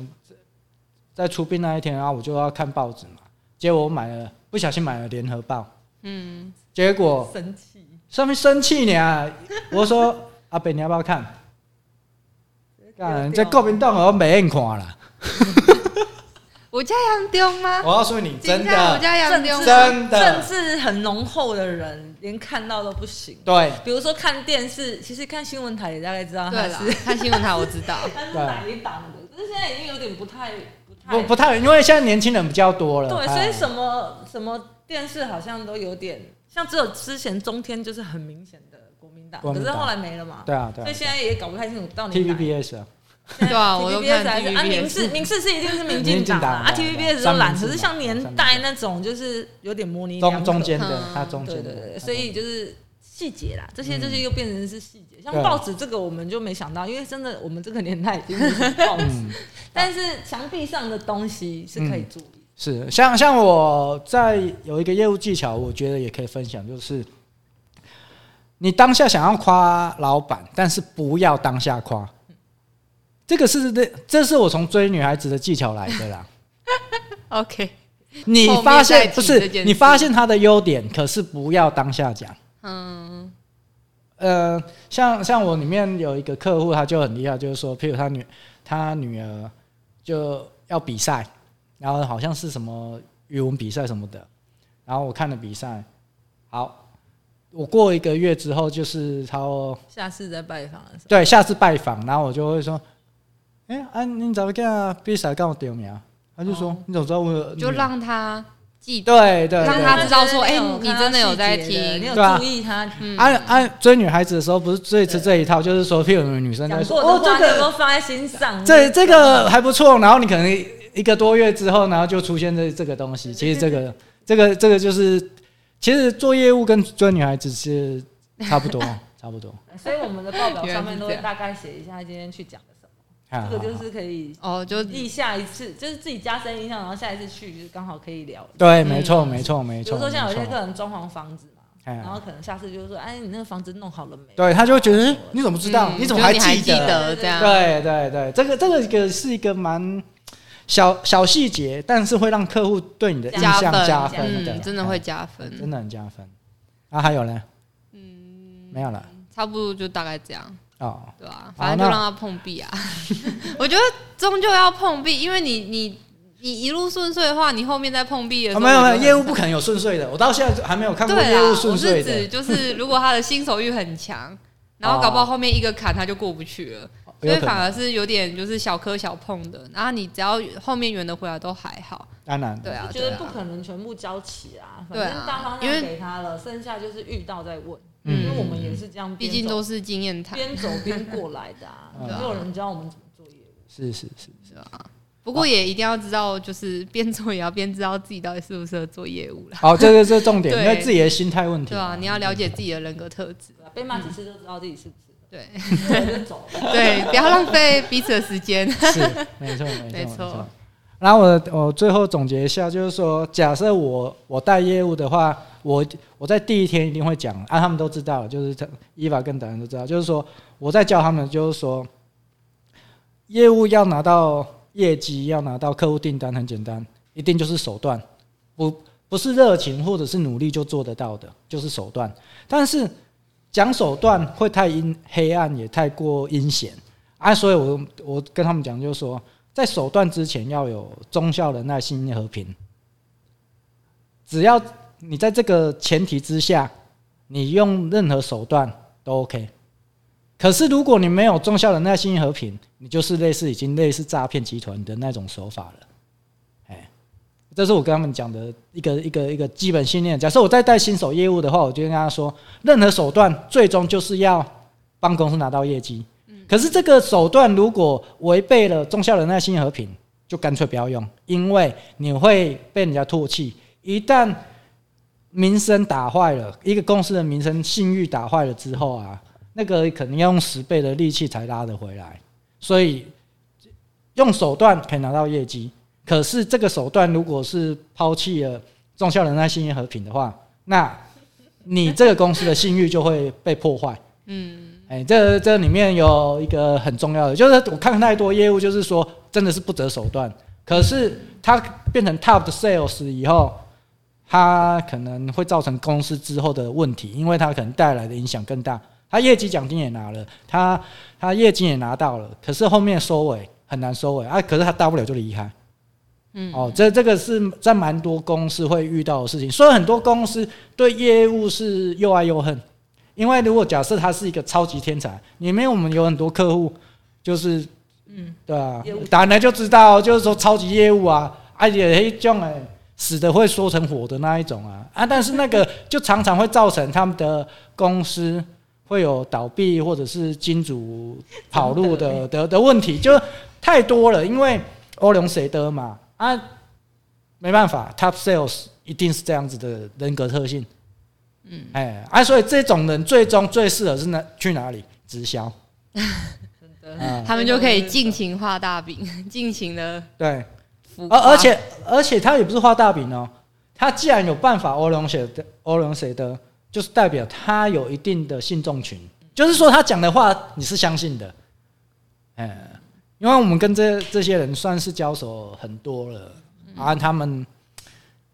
Speaker 1: 在出殡那一天，然后我就要看报纸嘛，结果我买了，不小心买了《联合报》，
Speaker 2: 嗯，
Speaker 1: 结果
Speaker 3: 生气，
Speaker 1: 上面生气你啊！我说阿北，你要不要看？干，这国民党我没人看 啦！
Speaker 2: 我家杨丢吗？
Speaker 1: 我告诉你，哦真
Speaker 2: 今天我
Speaker 1: 的，
Speaker 2: 家杨
Speaker 3: 政
Speaker 2: 丢
Speaker 3: 治
Speaker 1: 真的
Speaker 3: 政治很浓厚的人，连看到都不行。
Speaker 1: 对
Speaker 3: 比如说看电视，其实看新闻台也大概知道
Speaker 2: 对
Speaker 3: 他
Speaker 2: 了
Speaker 3: 是，
Speaker 2: 看新闻台我知道。
Speaker 3: 他是哪一党的，可是现在已经有点不太不太
Speaker 1: 不不太，因为现在年轻人比较多了，
Speaker 3: 对，
Speaker 1: 哎
Speaker 3: 所以什么什么电视好像都有点，像只有之前中天就是很明显的国民党，
Speaker 1: 国
Speaker 3: 可
Speaker 1: 民
Speaker 3: 是
Speaker 1: 党
Speaker 3: 后来没了嘛，
Speaker 1: 对啊对
Speaker 3: 所以
Speaker 1: 啊
Speaker 3: 现在也搞不太清楚到底哪一个。
Speaker 1: ，TVBS 啊，
Speaker 2: 对啊，我都
Speaker 3: TVBS
Speaker 2: 看
Speaker 3: 还是啊，
Speaker 2: TVBS
Speaker 3: 明视明视是一定是民
Speaker 1: 民
Speaker 3: 进
Speaker 1: 进
Speaker 3: 党
Speaker 1: 党
Speaker 3: 啊啊
Speaker 1: 对对
Speaker 3: ，TVBS 都
Speaker 1: 三
Speaker 3: 懒，
Speaker 1: 明治
Speaker 3: 可是像年代那种就是有点模棱两可
Speaker 1: 中中，间的
Speaker 2: 嗯，
Speaker 1: 它中
Speaker 3: 对
Speaker 1: 间
Speaker 3: 对
Speaker 1: 的，
Speaker 3: 对，
Speaker 1: 它
Speaker 3: 所以就是细节啦，这些这些又变成是细节，像
Speaker 1: 对
Speaker 3: 报纸这个我们就没想到，因为真的我们这个年代已经没什么报纸，
Speaker 1: 嗯
Speaker 3: 但是墙壁上的东西是可以注意，
Speaker 1: 是像像我在有一个业务技巧，我觉得也可以分享，就是你当下想要夸老板，但是不要当下夸。这个是这这是我从追女孩子的技巧来的啦。
Speaker 2: OK，
Speaker 1: 你
Speaker 2: 后面
Speaker 1: 发
Speaker 2: 再
Speaker 1: 现
Speaker 2: 提
Speaker 1: 不
Speaker 2: 这
Speaker 1: 是
Speaker 2: 件
Speaker 1: 你
Speaker 2: 事
Speaker 1: 发现她的优点，可是不要当下讲。
Speaker 2: 嗯，
Speaker 1: 呃，像像我里面有一个客户，他就很厉害，就是说，譬如他女他女儿就要比赛，然后好像是什么语文比赛什么的，然后我看了比赛，好，我过一个月之后，就是他
Speaker 3: 下次再拜访的时候，
Speaker 1: 对下次拜访，然后我就会说，哎、啊，你怎么跟比赛跟我丢名？他就说、
Speaker 3: 哦
Speaker 1: 你怎么知道我有
Speaker 2: 嗯就让他记得，
Speaker 1: 对对
Speaker 2: 让
Speaker 1: 对
Speaker 2: 他知道说哎
Speaker 3: 有
Speaker 2: 你
Speaker 3: 看到
Speaker 2: 真的有在
Speaker 3: 细节的
Speaker 2: 听
Speaker 3: 你有
Speaker 1: 对啊
Speaker 3: 注意他
Speaker 2: 嗯，
Speaker 1: 按按追女孩子的时候，不是最吃这一套，就是说，譬如你们女生在
Speaker 3: 讲
Speaker 1: 说，
Speaker 3: 过
Speaker 1: 哦
Speaker 3: 的，
Speaker 1: 这
Speaker 3: 话，你有没有
Speaker 1: 个
Speaker 3: 放在心上？
Speaker 1: 这这个还不错，然后你可能一个多月之后，然后就出现这这个东西。其实这个这个这个就是，其实做业务跟追女孩子是差不 多，差不多。
Speaker 3: 所以我们的报表上面
Speaker 2: 原来是
Speaker 3: 都
Speaker 2: 这
Speaker 3: 会
Speaker 2: 样
Speaker 3: 大概写一下今天去讲了什么，
Speaker 1: 好
Speaker 3: 这个就
Speaker 1: 好好
Speaker 3: 是可以
Speaker 2: 哦，就
Speaker 3: 立下一次，就是自己加深印象，然后下一次去就是刚好可以聊。
Speaker 1: 对，没错，没错，没
Speaker 3: 嗯比
Speaker 1: 错。
Speaker 3: 如说像有些
Speaker 1: 没错
Speaker 3: 客人装潢房子嘛，
Speaker 1: 哎
Speaker 3: 然后可能下次就是说，哎，你那个房子弄好了没？
Speaker 1: 对他就会觉得，诶你怎么知道？
Speaker 2: 嗯
Speaker 1: 你怎么
Speaker 2: 就
Speaker 1: 还
Speaker 2: 你还记
Speaker 1: 得？
Speaker 2: 得这样？
Speaker 1: 对啊对对，这个这个个是一个蛮小小细节，但是会让客户对你的印
Speaker 2: 加
Speaker 1: 象
Speaker 2: 分，
Speaker 1: 加
Speaker 3: 分
Speaker 1: 的，哎
Speaker 2: 嗯，真的会加分，
Speaker 1: 真的很加分。啊，还有呢？嗯，没有了
Speaker 2: 差不多就大概这样，
Speaker 1: 哦。
Speaker 2: 对吧、
Speaker 1: 好
Speaker 2: 反正就
Speaker 1: 那
Speaker 2: 让他碰壁啊， 我觉得终究要碰壁，因为你你你一路顺遂的话，你后面再碰壁的时
Speaker 1: 啊，
Speaker 2: 候，
Speaker 1: 没有没有，业
Speaker 2: 务
Speaker 1: 务不可能有顺遂的，我到现在还没有看过
Speaker 2: 对
Speaker 1: 业务
Speaker 2: 啊，
Speaker 1: 顺
Speaker 2: 我
Speaker 1: 遂
Speaker 2: 是指
Speaker 1: 的，
Speaker 2: 就是如果他的新手欲 很强，然后搞不
Speaker 1: 哦
Speaker 2: 好后面一个坎他就过不去了。所
Speaker 1: 有
Speaker 2: 以
Speaker 1: 可
Speaker 2: 反
Speaker 1: 能，
Speaker 2: 而是有点就是小磕小碰的，然后你只要后面圆的回来都还好，
Speaker 1: 当然，
Speaker 2: 对啊，
Speaker 3: 觉得
Speaker 2: 对啊
Speaker 3: 不可能全部交齐啊，反
Speaker 2: 对啊
Speaker 3: 正大方
Speaker 2: 因为
Speaker 3: 向给他了，剩下就是遇到再问。
Speaker 1: 嗯
Speaker 3: 因为我们也是这样边走，
Speaker 2: 毕竟都是经验谈，
Speaker 3: 边走边过来 的啊，
Speaker 1: 嗯
Speaker 3: 没有人教我们怎么做业务。
Speaker 1: 是是是，
Speaker 2: 是吧？不过也一定要知道，就是边做也要边知道自己到底适不适合做业务啦，
Speaker 1: 好，这个是重点，
Speaker 2: 对
Speaker 1: 因为自己的心态问题
Speaker 2: 对吧、啊？你要了解自己的人格特质，
Speaker 3: 对啊被骂几次就知道自己是不是
Speaker 2: 对
Speaker 3: 的，我就走了。
Speaker 2: 对，不要浪费彼此的时间。
Speaker 1: 是没错没错没
Speaker 2: 没错
Speaker 1: 错。然后我我最后总结一下，就是说，假设我我带业务的话，我我在第一天一定会讲，啊，他们都知道，就是他伊娃跟达人都知道，就是说我在教他们，就是说，业务要拿到业绩，要拿到客户订单，很简单，一定就是手段，不不是热情或者是努力就做得到的，就是手段。但是讲手段会太阴黑暗，也太过阴险啊，所以我我跟他们讲，就是说，在手段之前要有忠孝的耐心和平。只要你在这个前提之下，你用任何手段都 OK。可是如果你没有忠孝的耐心和平，你就是类似已经类似诈骗集团的那种手法了。哎，这是我跟他们讲的一个一个一个基本信念。假设我在带新手业务的话，我就跟他说，任何手段最终就是要帮公司拿到业绩。可是这个手段如果违背了忠孝仁爱心和平，就干脆不要用，因为你会被人家唾弃。一旦名声打坏了，一个公司的名声信誉打坏了之后啊，那个肯定要用十倍的力气才拉得回来。所以用手段可以拿到业绩，可是这个手段如果是抛弃了忠孝仁爱信义和平的话，那你这个公司的信誉就会被破坏。
Speaker 2: 嗯，
Speaker 1: 哎，这这里面有一个很重要的，就是我看太多业务，就是说真的是不择手段。可是他变成 top 的 sales 以后，他可能会造成公司之后的问题，因为他可能带来的影响更大。他业绩奖金也拿了，他他业绩也拿到了，可是后面收尾很难收尾啊。可是他大不了就离开。
Speaker 2: 嗯
Speaker 1: 哦，这这个是在蛮多公司会遇到的事情，所以很多公司对业务是又爱又恨。因为如果假设他是一个超级天才，里面我们有很多客户，就是
Speaker 3: 嗯，
Speaker 1: 对啊
Speaker 3: 业务，
Speaker 1: 打来就知道，就是说超级业务啊，而且黑这种哎，死的会缩成活的那一种啊啊，但是那个就常常会造成他们的公司会有倒闭或者是金主跑路的的的问题，就太多了，因为欧龙谁得嘛啊，没办法，Top Sales 一定是这样子的人格特性。嗯，哎，啊，所以这种人最终最适合是哪去哪里直销？
Speaker 3: 真的。
Speaker 1: 嗯，
Speaker 2: 他们就可以尽情画大饼， 尽 情的
Speaker 1: 对，
Speaker 2: 浮
Speaker 1: 而
Speaker 2: 夸。
Speaker 1: 而且而且他也不是画大饼哦，他既然有办法欧龙写的欧龙谁的，就是代表他有一定的信众群，就是说他讲的话你是相信的，嗯，因为我们跟这这些人算是交手很多了，
Speaker 2: 嗯
Speaker 1: 啊，他们，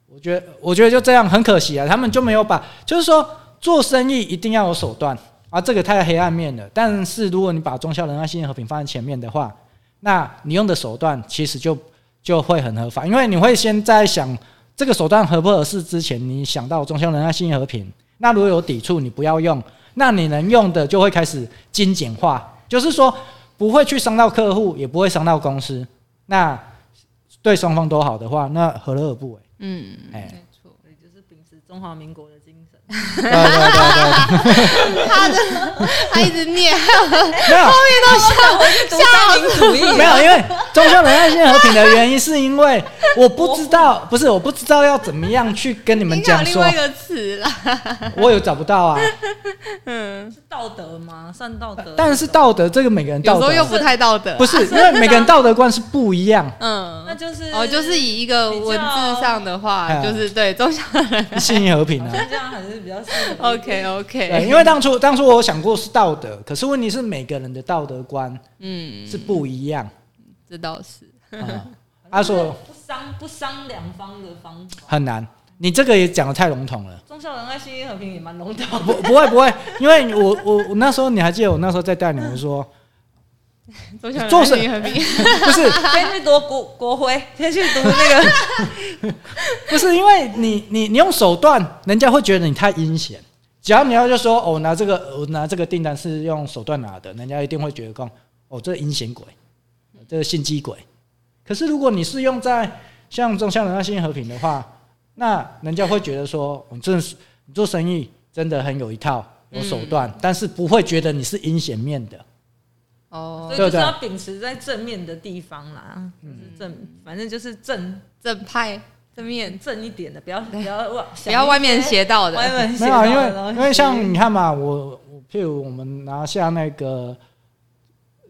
Speaker 1: 我觉得我觉得就这样很可惜啊，他们就没有把，就是说做生意一定要有手段啊，这个太黑暗面了，但是如果你把忠孝仁爱信义和平放在前面的话，那你用的手段其实就就会很合法，因为你会先在想这个手段合不合适之前，你想到中孝仁爱、信义和平，那如果有抵触，你不要用，那你能用的就会开始精简化，就是说不会去伤到客户，也不会伤到公司，那对双方都好的话，那何乐而不为？
Speaker 2: 嗯，
Speaker 1: 哎
Speaker 2: 没错。
Speaker 3: 所以就是秉持中华民国的精 神。
Speaker 1: 对对对
Speaker 2: 他一直念，
Speaker 1: 对，没有。
Speaker 3: 独三民主义，啊
Speaker 1: 没有，因为中校仁爱线和平的原因，是因为我不知道，不是我不知道要怎么样去跟你们
Speaker 2: 应该
Speaker 1: 讲
Speaker 2: 有另
Speaker 1: 说
Speaker 2: 外，一个词啦。
Speaker 1: 我有找不到啊。
Speaker 2: 嗯，
Speaker 3: 是道德吗？算道德，
Speaker 1: 但是道德这个每个人
Speaker 2: 有
Speaker 1: 道
Speaker 2: 时候
Speaker 1: 德啊
Speaker 2: 又不太道德。
Speaker 1: 不 是，因为每个人道德观是不一样。
Speaker 2: 嗯，
Speaker 3: 那就是
Speaker 2: 哦，就是以一个文字上的话，
Speaker 1: 比较
Speaker 2: 就是对中小
Speaker 1: 哎
Speaker 2: 人。
Speaker 1: 信义和平啊
Speaker 3: 好，像这样还是比较适 合
Speaker 1: 哦
Speaker 2: OK OK，
Speaker 1: 哎对，因为当初当初我想过是道德，可是问题是每个人的道德观
Speaker 2: 嗯，
Speaker 1: 是不一 样
Speaker 2: 这倒是
Speaker 1: 啊。阿说
Speaker 3: 不伤不伤两方的方法。
Speaker 1: 很难，你这个也讲的太笼统了。
Speaker 3: 忠孝仁爱、信义和平也蛮笼统
Speaker 1: 不，不会不会，因为我我我那时候你还记得我那时候在带你们说，
Speaker 2: 中小人
Speaker 1: 做事
Speaker 2: 很明
Speaker 1: 不是
Speaker 3: 先去夺国国徽，先去 读那个。
Speaker 1: 不是因为你你你用手段，人家会觉得你太阴险。只要你要就说哦，我拿这个我拿这个订单是用手段拿的，人家一定会觉得讲哦，这个阴险鬼，这个心机鬼。可是如果你是用在像中向人那新和平的话，那人家会觉得说，哦、这是你做生意真的很有一套，有手段，但是不会觉得你是阴险面的。
Speaker 2: 哦
Speaker 3: 所以，就是要秉持在正面的地方啦，
Speaker 2: 嗯
Speaker 3: 就是正，反正就是正
Speaker 2: 正派正面，
Speaker 3: 正一点的，不要不要外
Speaker 2: 不要外面邪道
Speaker 3: 外
Speaker 2: 的。
Speaker 3: 面
Speaker 1: 没
Speaker 3: 写
Speaker 1: 有啊，
Speaker 3: 到
Speaker 1: 因
Speaker 3: 的东
Speaker 1: 为
Speaker 3: 西
Speaker 1: 因为像你看嘛，我我譬如我们拿下那个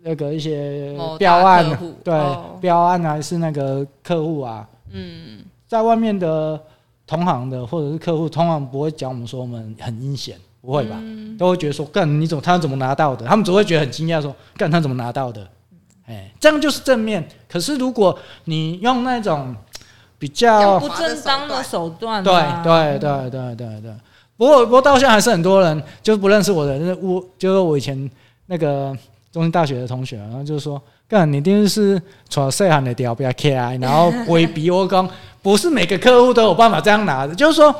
Speaker 1: 那个一些
Speaker 2: 某大
Speaker 1: 标案
Speaker 2: 客
Speaker 1: 啊
Speaker 2: 户，
Speaker 1: 对、
Speaker 2: 哦
Speaker 1: 标案啊还是那个客户啊，
Speaker 2: 嗯，
Speaker 1: 在外面的同行的或者是客户，通常不会讲我们说我们很阴险，不会吧？
Speaker 2: 嗯
Speaker 1: 都会觉得说干你怎么他怎么拿到的？他们只会觉得很惊讶说干他怎么拿到的？哎，这样就是正面。可是如果你用那种比较
Speaker 2: 要
Speaker 3: 不正当的手段
Speaker 1: 对
Speaker 3: 啊，
Speaker 1: 对对对对对。不过不过到现在还是很多人就是不认识我的，那我就是我以前那个中兴大学的同学，然后就是说，干你一定是从细汉的调不要 K I，然后威逼我讲，不是每个客户都有办法这样拿的，就是说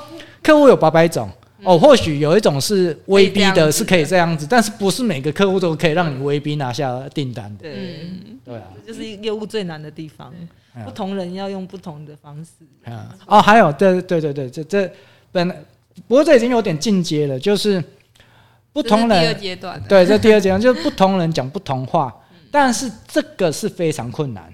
Speaker 1: 客户有八百种。哦，或许有一种是威逼
Speaker 2: 可以这样
Speaker 1: 的，
Speaker 2: 子
Speaker 1: 是可以这样子，但是不是每个客户都可以让你威逼拿下订单的，
Speaker 3: 对，
Speaker 1: 对啊，
Speaker 3: 这就是业务最难的地方，
Speaker 1: 哎
Speaker 3: 不同人要用不同的方式。
Speaker 1: 啊，哦，还有，对对对对，这这本来不过这已经有点进阶了，就是不
Speaker 2: 不
Speaker 1: 同
Speaker 2: 第二
Speaker 1: 人，
Speaker 2: 阶段 的，嗯
Speaker 1: 对，这第二阶段就是不同人讲不同话，但是这个是非常困难，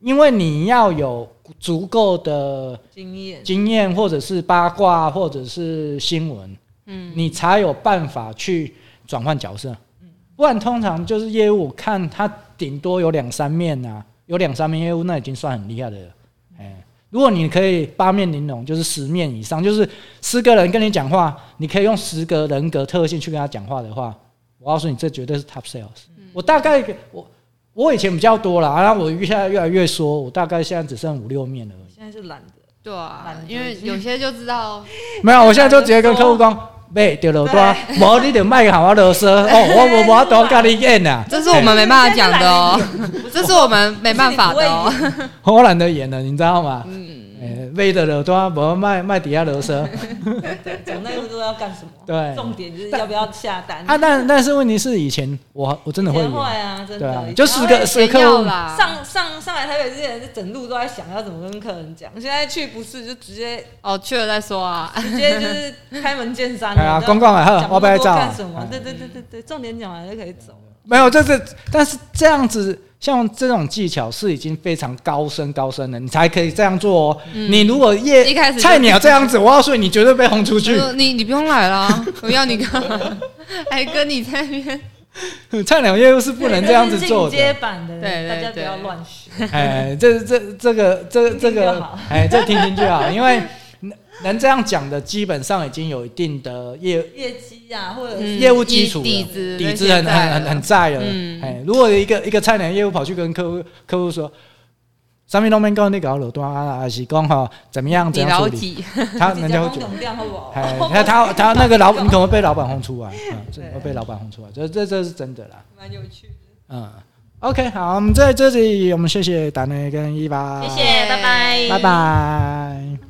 Speaker 1: 因为你要有足够的
Speaker 3: 经验，
Speaker 1: 经验，或者是八卦，或者是新闻，
Speaker 2: 嗯，
Speaker 1: 你才有办法去转换角色，不然通常就是业务，我看他顶多有两三面啊，有两三面业务，那已经算很厉害的了。哎，如果你可以八面玲珑，就是十面以上，就是十个人跟你讲话，你可以用十个人格特性去跟他讲话的话，我告诉你，这绝对是 top sales。我大概我我以前比较多啊了，然后我现在越来越缩，我大概现在只剩五六面了而已。
Speaker 3: 现在是懒得。
Speaker 2: 对啊，
Speaker 3: 蛮
Speaker 2: 因为有些就知道，
Speaker 1: 没有，我现在就直接跟客户讲，妹丢了多，啊无你就卖好我啰 嗦哦，我我我多跟你演啊，
Speaker 2: 这是我 们没办法讲的哦，这是我们没办法的哦。
Speaker 1: 我懒得演了，你知道吗？嗯，妹的了多，无卖卖底下啰 嗦
Speaker 3: 对，总那个都要干什么？
Speaker 1: 对
Speaker 3: 重点就是要不要下单。
Speaker 1: 啊，但但是问题是以前我我真的会
Speaker 3: 会
Speaker 1: 演，
Speaker 3: 会啊，真
Speaker 1: 对啊
Speaker 3: 的，，
Speaker 1: 就
Speaker 3: 以前
Speaker 1: 十个十个
Speaker 2: 炫耀
Speaker 1: 客户，
Speaker 2: 啦，
Speaker 3: 上上上来台北之前，是整路都在想要怎么跟客人讲，现在去不是就直接
Speaker 2: 哦，去了再说啊。
Speaker 3: 直接就是开门见山 了。
Speaker 1: 哎呀
Speaker 3: 你知道
Speaker 1: 公告来喝
Speaker 3: 讲
Speaker 1: 我不
Speaker 3: 那
Speaker 1: 要
Speaker 3: 么多
Speaker 1: 照
Speaker 3: 干什么
Speaker 1: 嗯？
Speaker 3: 对对对对对，重点讲完就可以走了。
Speaker 1: 没有，就是但是这样子，像这种技巧是已经非常高深高深了，你才可以这样做哦。你如果夜
Speaker 2: 嗯一开始就
Speaker 1: 菜鸟这样 子，我告诉你，你绝对被轰出
Speaker 2: 就
Speaker 1: 去。
Speaker 2: 说你你不用来啦，我要你干嘛？还跟你在那边，嗯
Speaker 1: 菜鸟业务是不能这样子做
Speaker 3: 进阶
Speaker 1: 的。
Speaker 3: 版的，
Speaker 2: 对对
Speaker 3: 大家不
Speaker 2: 对
Speaker 3: 要乱学。
Speaker 1: 哎，这这这个这
Speaker 3: 听
Speaker 1: 这
Speaker 3: 听就
Speaker 1: 个
Speaker 3: 好，
Speaker 1: 哎，这听听就好，因为能能这样讲的，基本上已经有一定的业
Speaker 3: 业绩啊，或者
Speaker 2: 嗯
Speaker 1: 业务基础了
Speaker 2: 底子
Speaker 1: 底子很很很很在了。
Speaker 2: 嗯
Speaker 1: 哎，如果一个一个菜鸟业务跑去跟客户客户说，上面都没告你搞垄断啊，还是讲哈怎么样怎
Speaker 2: 你
Speaker 1: 样处
Speaker 2: 老
Speaker 1: 理，
Speaker 2: 几？
Speaker 1: 他
Speaker 3: 自
Speaker 1: 人家
Speaker 3: 己加
Speaker 1: 会
Speaker 3: 工
Speaker 1: 觉得。
Speaker 3: 总量会不好？
Speaker 1: 哎，他他他那个老，你可能会被老板轰出来，嗯，
Speaker 3: 对
Speaker 1: 会被老板轰出来，这这这是真的啦，
Speaker 3: 蛮有趣的。
Speaker 1: 嗯，OK，好，我们在这里，我们谢谢达内跟伊娃，
Speaker 3: 谢谢，拜拜，
Speaker 1: 拜拜。